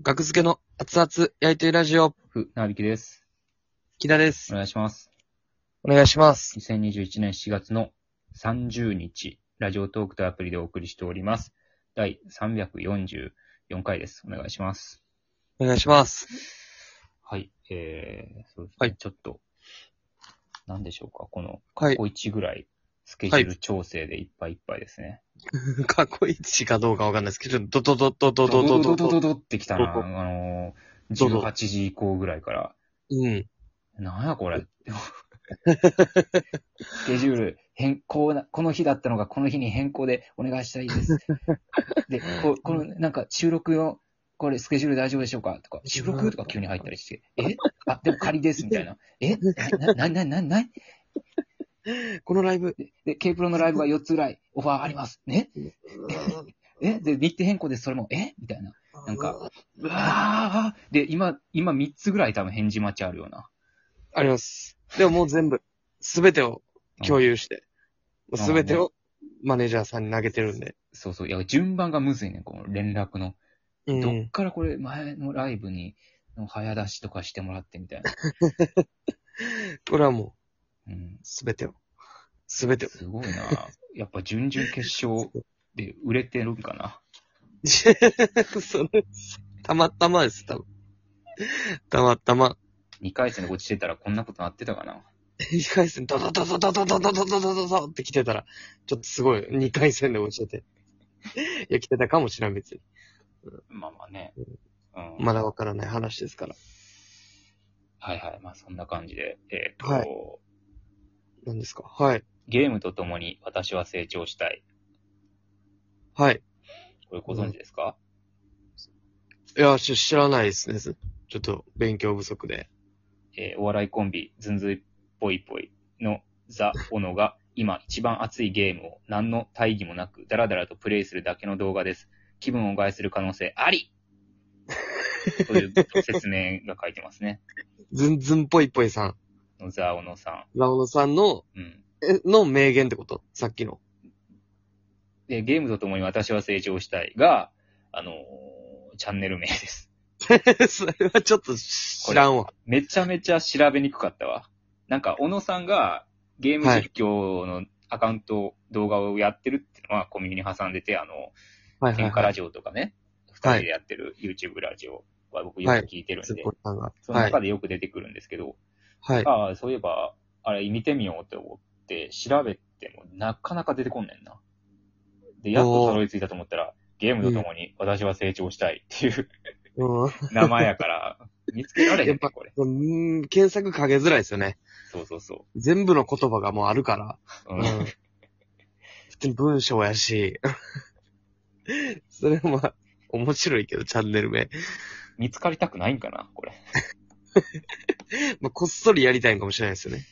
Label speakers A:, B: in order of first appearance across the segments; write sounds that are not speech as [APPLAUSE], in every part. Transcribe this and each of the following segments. A: 学付けの熱々焼いてるラジオ、
B: ふ、なびきです。
A: 木田です
B: お。願いします。
A: お願いします。
B: 2021年7月の30日、ラジオトークというアプリでお送りしております。第344回です。お願いします。
A: お願いします。
B: はい。えー、そうですね。
A: はい
B: ちょっと、なんでしょうか。この、
A: はい。
B: 小一ぐらい、スケジュール調整でいっぱいいっぱいですね。
A: [LAUGHS] かっこいいしかどうかわかんないですけど、ドドドドドドドドド
B: ドドってきたな。
A: ドド
B: あの
A: ド
B: ー、
A: ド
B: 18時以降ぐらいから。
A: うん。
B: なんやこ [LAUGHS] れ。スケジュール変更な、この日だったのがこの日に変更でお願いしたい [LAUGHS] です。で、ここの、なんか収録の、これスケジュール大丈夫でしょうかとか、収録とか急に入ったりして、えあ、でも仮ですみたいな。えな、な、な、な、な、
A: このライブ、
B: で、K プロのライブが4つぐらいオファーあります。ねえで、日程変更です。それも、えみたいな。なんか、うわーで、今、今3つぐらい多分返事待ちあるような。
A: あります。でももう全部、すべてを共有して、
B: ん
A: すべてをマネージャーさんに投げてるんで。
B: そうそう。いや、順番がむずいね、この連絡の。
A: う
B: どっ
A: ん。
B: からこれ前のライブに、早出しとかしてもらってみたいな。
A: これはも
B: うん
A: う、。すべてを。す [LAUGHS] べてを。
B: すごいな。やっぱ準々決勝で売れてるんかな。
A: そのたまたまです、多分。たまたま。
B: 2回戦で落ちてたらこんなことなってたかな。
A: 一回戦、ドドドドドドドドドドドドドって来てたら、ちょっとすごい、二回戦で落ちてて。いや、来てたかもしれん、別に。
B: まあまあね。うん。
A: まだわからない話ですから。
B: はいはい。まあそんな感じで。えーっと、
A: はい何ですかはい。
B: ゲームとともに私は成長したい。
A: はい。
B: これご存知ですか、
A: いや、し知らないですね。すちょっと、勉強不足で。
B: えーお笑いコンビ、ずんずいぽいぽいのザ・オノが今一番熱いゲームを何の大義もなくダラダラとプレイするだけの動画です。気分を害する可能性ありという説明が書いてますね。
A: ずんずんぽいぽいさん。
B: のザ・オノさ
A: ラオノさんの、
B: ん。うん。
A: え、の名言ってことさっきの。
B: で、ゲームとともに私は成長したいが、あのーチャンネル名です。
A: それはちょっと知らんわ。
B: めちゃめちゃ調べにくかったわ。なんか、小野さんがゲーム実況のアカウント、動画をやってるっていうのはコミュニに挟んでて、あの、
A: はいはい
B: 天下
A: は
B: ラ
A: い。
B: ジオとかね、二、
A: はい
B: 人でやってる YouTube ラジオは僕よく聞いてる
A: ずん
B: んで、
A: ぽいさんが。
B: その
A: はい
B: 中。でよく出てくるんですけど、
A: はい。
B: ああ、そういえば、あれ見てみようって思って調べてもなかなか出てこんねんな。で、やっとたどり着いたと思ったら、ゲームとともに私は成長したいっていう [LAUGHS]
A: うん。
B: 名前やから、見つけられへん
A: や
B: ね
A: っぱ
B: これ。
A: うん、検索かけづらいですよね。
B: そうそうそ
A: 全部の言葉がもうあるから。
B: う。う
A: うん
B: ん。
A: 普通に文章やし。それはまあ、面白いけど、チャンネル名。
B: 見つかりたくないんかな、これ。
A: まあ、こっそりやりたいんかもしれないですよね。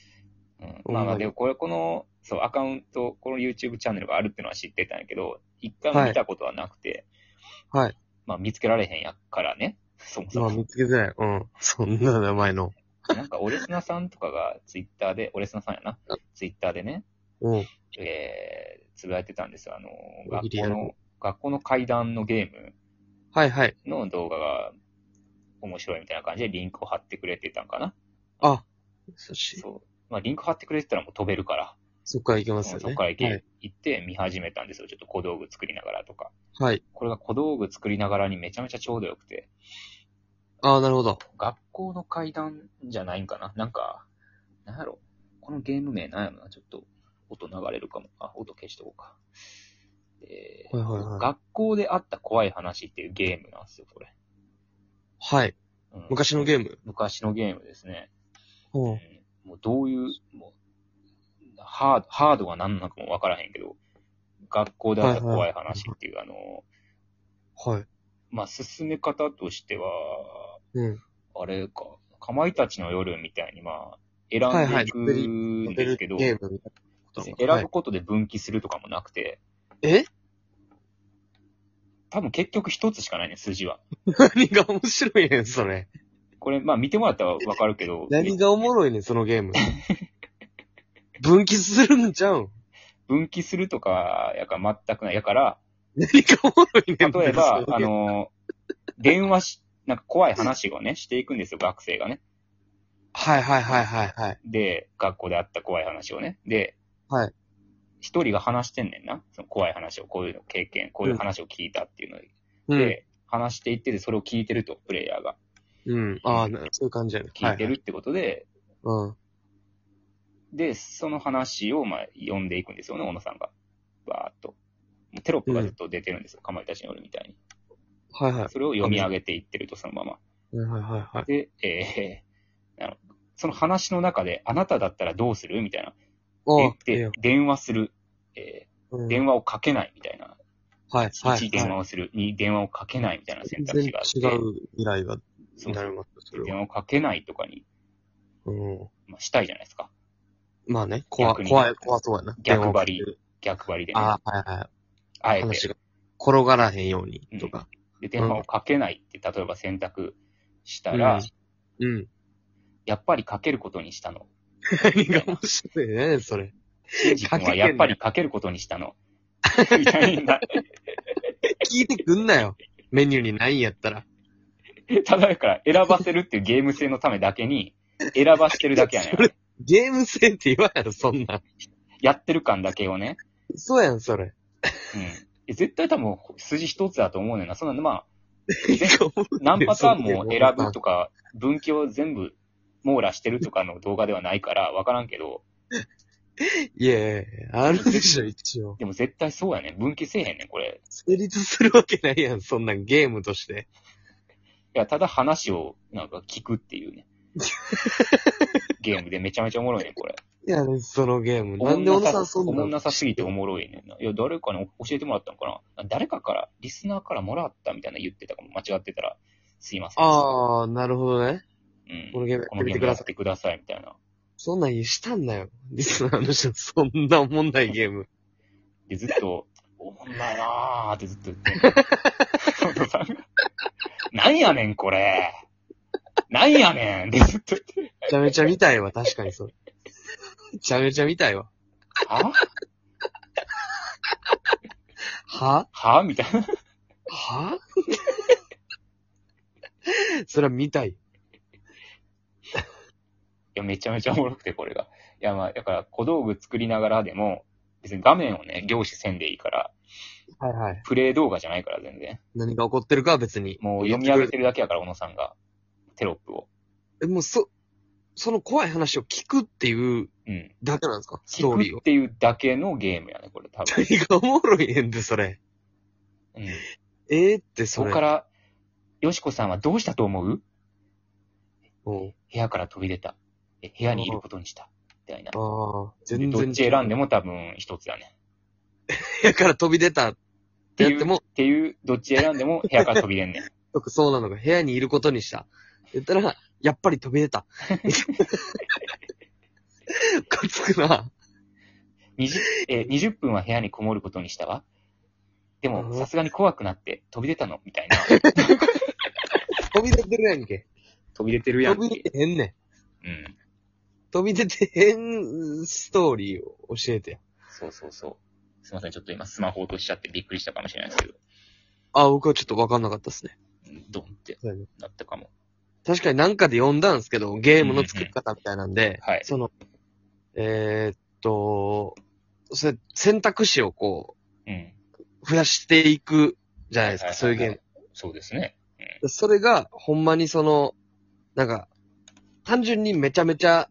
B: うん、まあまあ、でもこれ、この、そう、アカウント、この YouTube チャンネルがあるってのは知ってたんやけど、一回も見たことはなくて、
A: はい。
B: まあ、見つけられへんやからね、そもそ
A: まあ、
B: も。
A: 見つけてない。うん。そんな名前の。
B: なんか、オレスナさんとかが、ツイッターで、オレスナさんやな、ツイッターでね、
A: うん。
B: えー、つぶやいてたんですよ。あのー、
A: おい
B: 学
A: で
B: 校
A: やろう
B: の、学校の階段のゲーム
A: はいはい。
B: の動画が、面白いみたいな感じでリンクを貼ってくれてたんかな。
A: あ、そし、
B: そう。まあ、リンク貼ってくれてたらもう飛べるから、
A: そっから行けます
B: そ
A: よね。
B: こから行け
A: はい。
B: 行って見始めたんですよ。ちょっと小道具作りながらとか。
A: はい。
B: これが小道具作りながらにめちゃめちゃちょうどよくて、
A: ああ、なるほど。
B: 学校の階段じゃないんかななんか、なんやろこのゲーム名なんやろなちょっと音流れるかも。あ、音消しとこうか。えー
A: はいはいはい
B: 学校であった怖い話っていうゲームなんですよ、これ。
A: はい。
B: うん
A: 昔のゲーム。
B: 昔のゲームですね。
A: う。
B: うんんもうどういう、もう、ハード、ハードが何なのかもわからへんけど、学校であった怖い話っていう、あの、
A: はい。
B: まあ、進め方としては、
A: うん。
B: あれか、かまいたちの夜みたいに、まあ、選んでいくんですけど、
A: ゲームみたいなことなの
B: 選ぶことで分岐するとかもなくて、
A: え
B: 多分結局一つしかないね、数字は。
A: 何が面白いねん、それ。
B: これ、まあ見てもらったらわかるけど、
A: 何がおもろいねん、そのゲ
B: [LAUGHS]
A: ーム。分岐するんちゃうん。
B: 分岐するとか、やから全くない。やから、
A: 何がおもろいねん。 [LAUGHS]、
B: 例えば
A: その
B: あ
A: ゲーム
B: の、電話し、なんか怖い話をね、していくんですよ、学生がね。
A: はいはいはいはいはい。
B: で、学校であった怖い話をね。で、
A: はい
B: 一人が話してんねんな。その怖い話を、こういうの経験、こういう話を聞いたっていうの
A: うん。
B: で、話していってて、それを聞いてると、プレイヤーが。
A: うん。ああ、なそういう感じやね。
B: 聞いて
A: は
B: るってことで、
A: はうん。
B: で、その話を、まあ、読んでいくんですよね、小野さんが。バーっと。もうテロップがずっと出てるんですよ、かまいたちの夜みたいに。
A: はいはい。
B: それを読み上げていってると、そのまま。
A: はいはいはいはい。
B: で、えー、あのその話の中で、あなただったらどうするみたいな。
A: お
B: 言
A: う
B: っ、
A: ええ
B: て
A: よ、
B: 電話する。え
A: う
B: ー、
A: ん
B: 電話をかけないみたいな。
A: はいはい。
B: 1、電話をする。2、電話をかけないみたいな選
A: 全
B: 択
A: 然
B: 肢があって。
A: 違う未来が、
B: そう
A: にな
B: そう
A: ります、それ
B: 電
A: は。
B: 話をかけないとかに、
A: うん。
B: まあ、したいじゃないですか。
A: まあね、怖、
B: 逆に
A: 怖い、怖そうやな。
B: 逆張
A: 電
B: り
A: 話をかける
B: 逆張りで、ね。あ
A: ああ、はいは
B: え
A: い。話
B: て。
A: が転がらへんようにとか。
B: で、電話をかけないって、例えば選択したら、
A: うんうん。 [LAUGHS]
B: やっぱりかけることにしたの。
A: 何が面白いね、それ。
B: シンジ君はやっぱりかけることにしたの。みたいな。
A: 聞いてくんなよ。メニューにないんやったら。
B: ただだから、選ばせるっていうゲーム性のためだけに、選ばしてるだけやね
A: [LAUGHS]
B: ん
A: そ。れゲーム性って言わんやろ、そんなん。
B: やってる感だけをね。
A: そうやん、そ
B: [LAUGHS]
A: れ。
B: うんえ。絶対多分、筋一つだと思うねんな。そんな、まあ、何
A: 何
B: パタ
A: [LAUGHS]
B: ーンも選ぶとか、分岐を全部網羅してるとかの動画ではないから、わからんけど、
A: いやいやいや、あるでしょ、一応。
B: でも絶対そうやねん。分岐せえへんねん、これ。
A: 成立するわけないやん、そんなんゲームとして。
B: いや、ただ話を、なんか聞くっ
A: [LAUGHS]
B: ていうね。ゲームでめちゃめちゃおもろいねん、これ。
A: いや、そのゲーム。
B: お
A: [LAUGHS] な
B: も
A: ん
B: ん
A: で小
B: な
A: 野さ
B: さ
A: んそん
B: おもん
A: な
B: なさすぎておもろいねんな。いや、誰かに教えてもらったのかな誰かから、リスナーからもらったみたいな言ってたかも。間違ってたら、すいません。
A: ああ、なるほどね。
B: うん、
A: このゲームや
B: こ
A: って
B: の
A: みて
B: ゲ
A: く
B: ーム
A: だ
B: やっ
A: さい。
B: てください、みたいな。
A: そんなんにしたんだよ。リスナーの人、そんなおもんないゲーム。
B: で、ずっと、おもんないなーってずっと言って。お父さんが [LAUGHS] なんやねん、これ。なんやねんってずっと言って。
A: めちゃめちゃ見たいわ、確かにそれ。めちゃめちゃ見たいわ。
B: は
A: は
B: はみたいな。
A: はそれは見たい。
B: いや、めちゃめちゃおもろくて、これが。いや、まあ、だから、小道具作りながらでも、別に画面をね、凝視せんでいいから、
A: はいはい。
B: プレイ動画じゃないから、全然。
A: 何が起こってるかは別に。
B: もう読み上げてるだけやから、小野さんが、テロップを。
A: え、もうそ、その怖い話を聞くっていう
B: うん。
A: だけなんですかストーリ
B: 聞
A: ー
B: く
A: を
B: っ。ていうだけのゲームやね、これ、多
A: [LAUGHS]
B: 分。
A: 何がおもろいねんで、それ。
B: うん。
A: ええって、
B: そ
A: そ
B: こ
A: れ。
B: から、よしこさんはどうしたと思う
A: うん
B: 部屋から飛び出た。え部屋にいることにした。みたいな。
A: ああ、
B: で
A: 全
B: どっ
A: 然
B: ち選んでも多分一つだね。
A: 部屋から飛び出たっ
B: ってて
A: やっ
B: い
A: て
B: う、っ
A: も、
B: ていう、どっち選んでも部屋から飛び出んねん。
A: よくそうなのが部屋にいることにした。言ったら、やっぱり飛び出た。 [LAUGHS] かつくな。
B: 20, えー20分は部屋にこもることにしたわ。で
A: う
B: も、
A: ん
B: さすがに怖くなって飛び出たの、みたいな。
A: 飛び出てるやんけ。
B: 飛び出てるやん
A: 飛び
B: け。
A: 出てへんねん。
B: うん。
A: 飛び出てへんストーリーを教えてよ。
B: そうそうそう。すいません、ちょっと今スマホ落としちゃってびっくりしたかもしれないですけど。
A: あ、僕はちょっとわかんなかったですね。
B: うんドンって
A: そうやね
B: なったかも。
A: 確かになんかで読んだんですけど、ゲームの作り方みたいなんで、
B: はい。
A: その、えーっと、それ選択肢をこ
B: うん。
A: う、増やしていくじゃないですか、そういうゲーム。
B: ム。そうですね。
A: でそれが、ほんまにその、なんか、単純にめちゃめちゃ、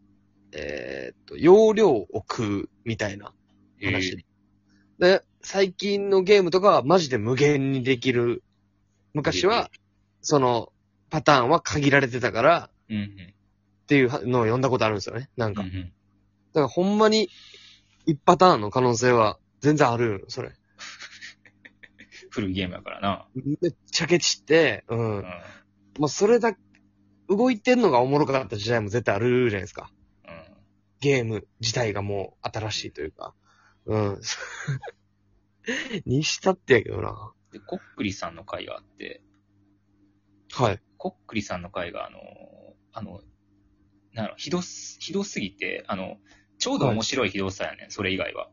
A: えーっと、容量を食うみたいな話で。で、最近のゲームとかはマジで無限にできる。昔
B: え
A: は、その、パターンは限られてたから、
B: うんうん。
A: っていうのを読んだことあるんですよね。なん
B: う
A: か。
B: ん
A: だ
B: うん
A: からほんまに、一パターンの可能性は全然あるよそれ。
B: 古いゲームやからな。
A: めっちゃケチって、うん
B: うん。。
A: まあ、それだ、動いてんのがおもろかった時代も絶対あるじゃないですか。
B: うん
A: ゲーム自体がもう新しいというか。うん。 [LAUGHS] にしたってやけどな。
B: で、コックリさんの回があって、
A: はい。
B: コックリさんの回が、あのー、あの、なんやろひどす、ひどすぎて、あの、ちょうど面白いひどさやねん、それ以外は。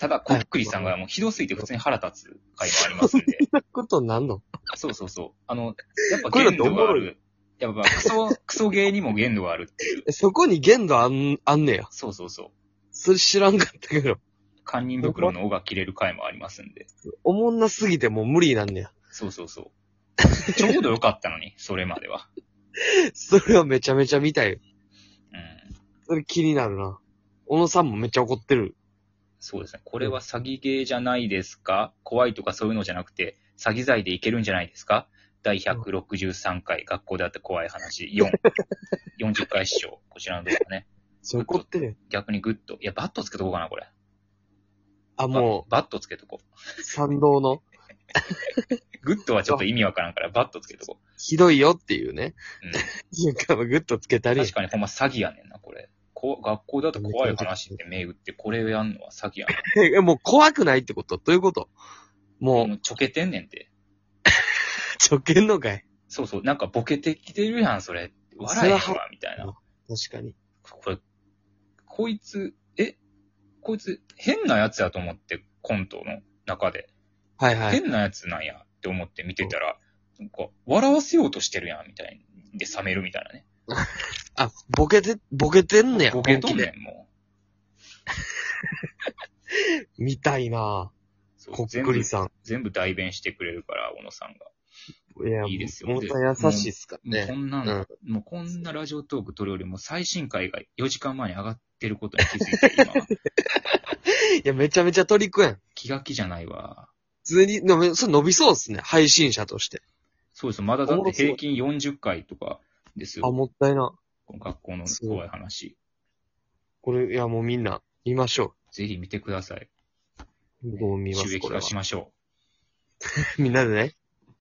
B: ただ、こっくりさんがもうひどすぎて普通に腹立つ回もありますんで。
A: そんなことなんの
B: そうそうそう。あの、やっぱ
A: こういうの
B: 限
A: って
B: 度
A: おも
B: があ
A: ろい
B: る。やっぱ、クソ、クソ芸にも限度があるっていう。
A: えそこに限度あん、あんねや。
B: そうそうそう。
A: それ知らんかったけど。
B: 堪忍袋の尾が切れる回もありますんで。
A: おもんなすぎてもう無理なんねや。
B: そうそうそう。ちょうどよかったのに、それまでは。
A: それはめちゃめちゃ見たい。
B: うん。
A: それ気になるな。小野さんもめっちゃ怒ってる。
B: そうですね。これは詐欺芸じゃないですか怖いとかそういうのじゃなくて、詐欺罪でいけるんじゃないですか第163回、学校であって怖い話4。40回視聴。こちらの動画ね。
A: それ怒ってるやん。
B: 逆にグッと。いや、バットつけとこうかな、これ。
A: あ、も
B: ババットつけとこう。
A: う、賛同の、
B: グッとはちょっと意味わからんから、バットつけとこ
A: ひどいよっていうね。
B: う。
A: [LAUGHS]
B: う
A: 瞬
B: ん。
A: 間をグッとつけたり [LAUGHS]
B: 確。かにほんま詐欺やねんな、これ。こ学校だと怖い話って銘打って、これをやんのは詐欺やねん。
A: え、もう怖くないってことどういうことも
B: も
A: う、
B: うちょけてんねんて。
A: ちょけんのかい
B: そうそう、なんかボケてきてるやん、それ。
A: そ
B: 笑え
A: れ
B: へん
A: は
B: わ、みたいな。
A: 確かに。
B: これ、こいつ、えこいつ、変なやつやと思って、コントの中で。
A: はいはい。
B: 変なやつなんやって思って見てたら、なんか、笑わせようとしてるやん、みたいに。で、冷めるみたいなね。
A: あ、ボケて、ボケてんねや。
B: ボケとん
A: 本気
B: ね
A: で。
B: ん、も
A: 見たいな
B: う。そう
A: こっ
B: 全
A: く
B: 部
A: り、さ
B: 全部代弁してくれるから、小野さんが。
A: ん。いや、
B: いいですよ
A: もう小野さん優しいっすから
B: もうこ
A: ね。
B: んなの、もうこんなラジオトーク撮るよりも最新回が4時間前に上がってることに気づい
A: [LAUGHS]
B: て、今は。
A: いや、めちゃめちゃ取り組ん。
B: 気が気じゃないわ。
A: 普通に、でもそれ伸びそうっすね。配信者として。
B: そうですよまだだって平均40回とかです
A: あ、
B: よ。
A: もったいな。
B: この学校の
A: そう
B: 怖い話。
A: これ、いや、もうみんな、見ましょ
B: ぜひ見てください。
A: う。僕も見ま
B: 収
A: す、
B: 益
A: これ
B: 化
A: は。
B: しましょう。
A: みんなでね。